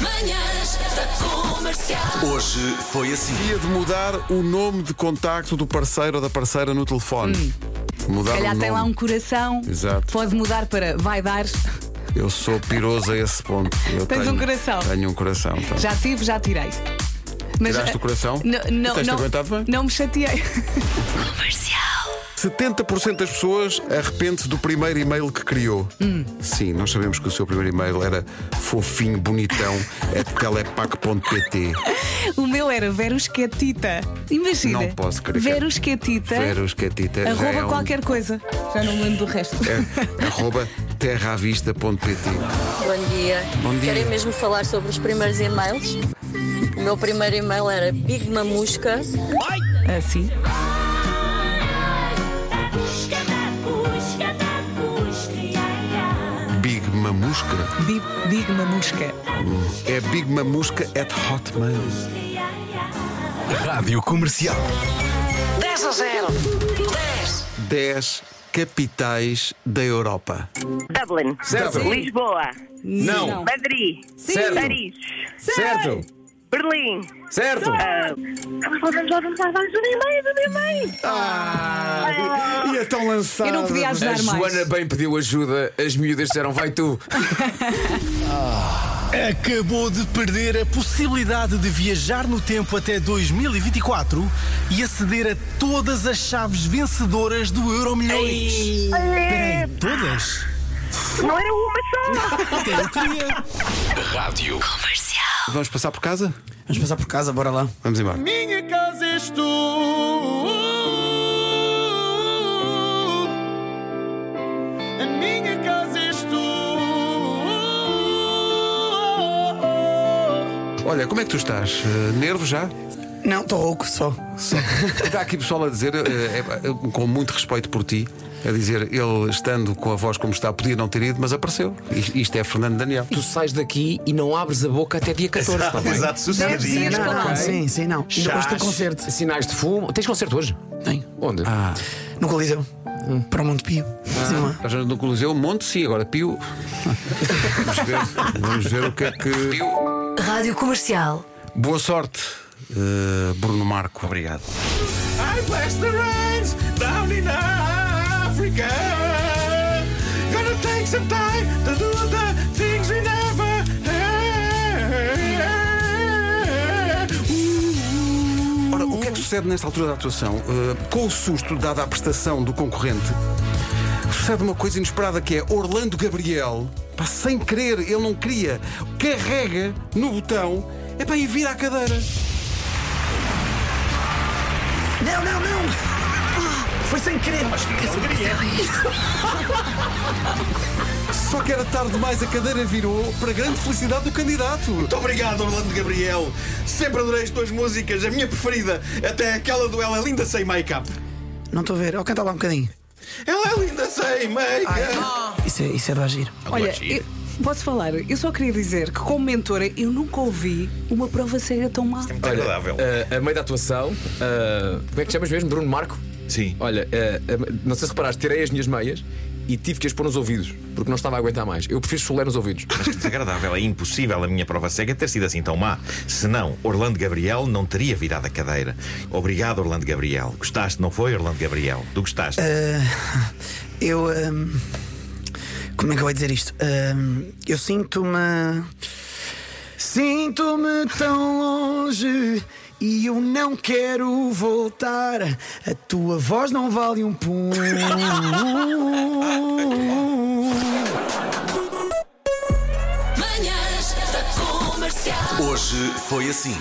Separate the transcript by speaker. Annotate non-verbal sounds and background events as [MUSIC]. Speaker 1: Manhãs da comercial.
Speaker 2: Hoje foi assim.
Speaker 3: Dia de mudar o nome de contacto do parceiro ou da parceira no telefone. Mudar
Speaker 4: Se calhar
Speaker 3: o
Speaker 4: tem lá
Speaker 3: nome.
Speaker 4: um coração.
Speaker 3: Exato.
Speaker 4: Pode mudar para vai dar.
Speaker 3: Eu sou piroso a esse ponto. Eu
Speaker 4: um- Tens
Speaker 3: tenho,
Speaker 4: um coração.
Speaker 3: Tenho um coração. Então.
Speaker 4: Já tive, já tirei. Mas,
Speaker 3: Tiraste o coração?
Speaker 4: N- Não,
Speaker 3: Tens-te
Speaker 4: não,
Speaker 3: aguentado bem?
Speaker 4: não me chateei. [LAUGHS]
Speaker 3: 70% das pessoas arrepende-se do primeiro e-mail que criou.
Speaker 4: Hum.
Speaker 3: Sim, nós sabemos que o seu primeiro e-mail era fofinho, bonitão, é telepac.pt.
Speaker 4: O meu era verusquetita. Imagina.
Speaker 3: Não posso crer. é
Speaker 4: Verusquetita.
Speaker 3: Verusquetita. já
Speaker 4: Arroba
Speaker 3: é um-
Speaker 4: qualquer coisa. Já não lembro do resto.
Speaker 3: É, arroba terravista.pt.
Speaker 5: Bom dia.
Speaker 3: Bom dia.
Speaker 5: Querem mesmo falar sobre os primeiros e-mails? O meu primeiro e-mail era Big Mamusca.
Speaker 4: [LAUGHS] Assim.
Speaker 3: Big Mamusca.
Speaker 4: Big, big mamusca.
Speaker 3: É Big Mamusca at Hotmail.
Speaker 2: Rádio Comercial.
Speaker 6: 10 a 0. 10.
Speaker 3: 10 capitais da Europa.
Speaker 6: Dublin.
Speaker 2: Certo.
Speaker 6: Lisboa.
Speaker 2: Não.
Speaker 6: Madrid.
Speaker 2: Certo.
Speaker 6: Paris.
Speaker 2: Certo.
Speaker 6: Berlim.
Speaker 2: Certo.
Speaker 6: Ah, vamos lá, vamos lá, vamos lá, vamos lá, vamos lá.
Speaker 3: E é tão lançado.
Speaker 4: Eu não podia ajudar
Speaker 2: então, A
Speaker 4: mais.
Speaker 2: Joana bem pediu ajuda, as miúdas disseram vai tu.
Speaker 7: Acabou de perder a possibilidade de viajar no tempo até 2024 e aceder a todas as chaves vencedoras do Euro Milhões. Peraí, todas?
Speaker 6: É, Não era uma só.
Speaker 7: Até eu queria.
Speaker 3: Vamos passar por casa?
Speaker 8: Vamos passar por casa, bora lá.
Speaker 3: Vamos embora.
Speaker 7: Minha casa és tu. A minha casa és tu.
Speaker 3: Olha, como é que tu estás? Eh, nervo já?
Speaker 8: Não, estou rouco só.
Speaker 3: Só. [LAUGHS] Está aqui pessoal a dizer, eh, eh, eh, com muito respeito por ti, a dizer, ele estando com a voz como está, podia não ter ido, mas apareceu. I- Isto é Fernando Daniel.
Speaker 9: tu sais daqui e não abres a boca até dia 14. tá bem?
Speaker 8: Exato,
Speaker 2: Ah,
Speaker 4: Sim,
Speaker 8: Não, não,
Speaker 4: escalado.
Speaker 8: sim, sim, não. Ainda Depois do concerto.
Speaker 9: Sinais de fumo. Tens concerto hoje?
Speaker 8: Tenho.
Speaker 9: Onde?
Speaker 8: No Coliseu. Para o Monte Pio. Sim, lá.
Speaker 3: Estás no Coliseu, Monte, sim, agora Pio. Vamos ver, vamos ver o que é que.
Speaker 1: Rádio Comercial.
Speaker 3: Boa sorte, eh, Bruno Marco. Obrigado.
Speaker 7: I bless the rains down in Africa. Gonna take some time to do the things we never had.
Speaker 3: Ora, o que é que sucede nesta altura da atuação? Uh, com o susto dado à prestação do concorrente, sucede uma coisa inesperada que é Orlando Gabriel, pá, sem querer, ele não queria, carrega no botão é pá, e vira a cadeira.
Speaker 8: Não, não, não! Ah, Foi sem querer. é.
Speaker 3: Só que era tarde demais, a cadeira virou para grande felicidade do candidato.
Speaker 10: Muito obrigado, Orlando Gabriel. Sempre adorei as tuas músicas. A minha preferida até aquela do Ela é Linda Sem Make-up.
Speaker 8: Não estou a ver. Ó, canta lá um bocadinho.
Speaker 10: Ela é linda sem make-up.
Speaker 8: Isso é, isso é do agir.
Speaker 4: Olha, eu- posso falar? Eu só queria dizer que, como mentora, eu nunca ouvi uma prova séria tão má.
Speaker 10: Muito agradável.
Speaker 9: Ah, a meio da atuação, ah, como é que te chamas mesmo? Bruno Marco?
Speaker 10: Sim.
Speaker 9: Olha, ah, ah, não sei se reparaste, tirei as minhas meias e tive que as pôr nos ouvidos, porque não estava a aguentar mais. Eu prefiro chulé nos ouvidos.
Speaker 10: Mas que desagradável. É impossível a minha prova cega ter sido assim tão má. Senão, Orlando Gabriel não teria virado a cadeira. Obrigado, Orlando Gabriel. Gostaste, não foi, Orlando Gabriel? Tu gostaste?
Speaker 8: Ah, eu. ahm, como é que eu vou dizer isto? Ahm, eu sinto-me. Sinto-me tão longe e eu não quero voltar. A tua voz não vale um [LAUGHS] pum.
Speaker 1: Manhãs da comercial.
Speaker 2: Hoje foi assim.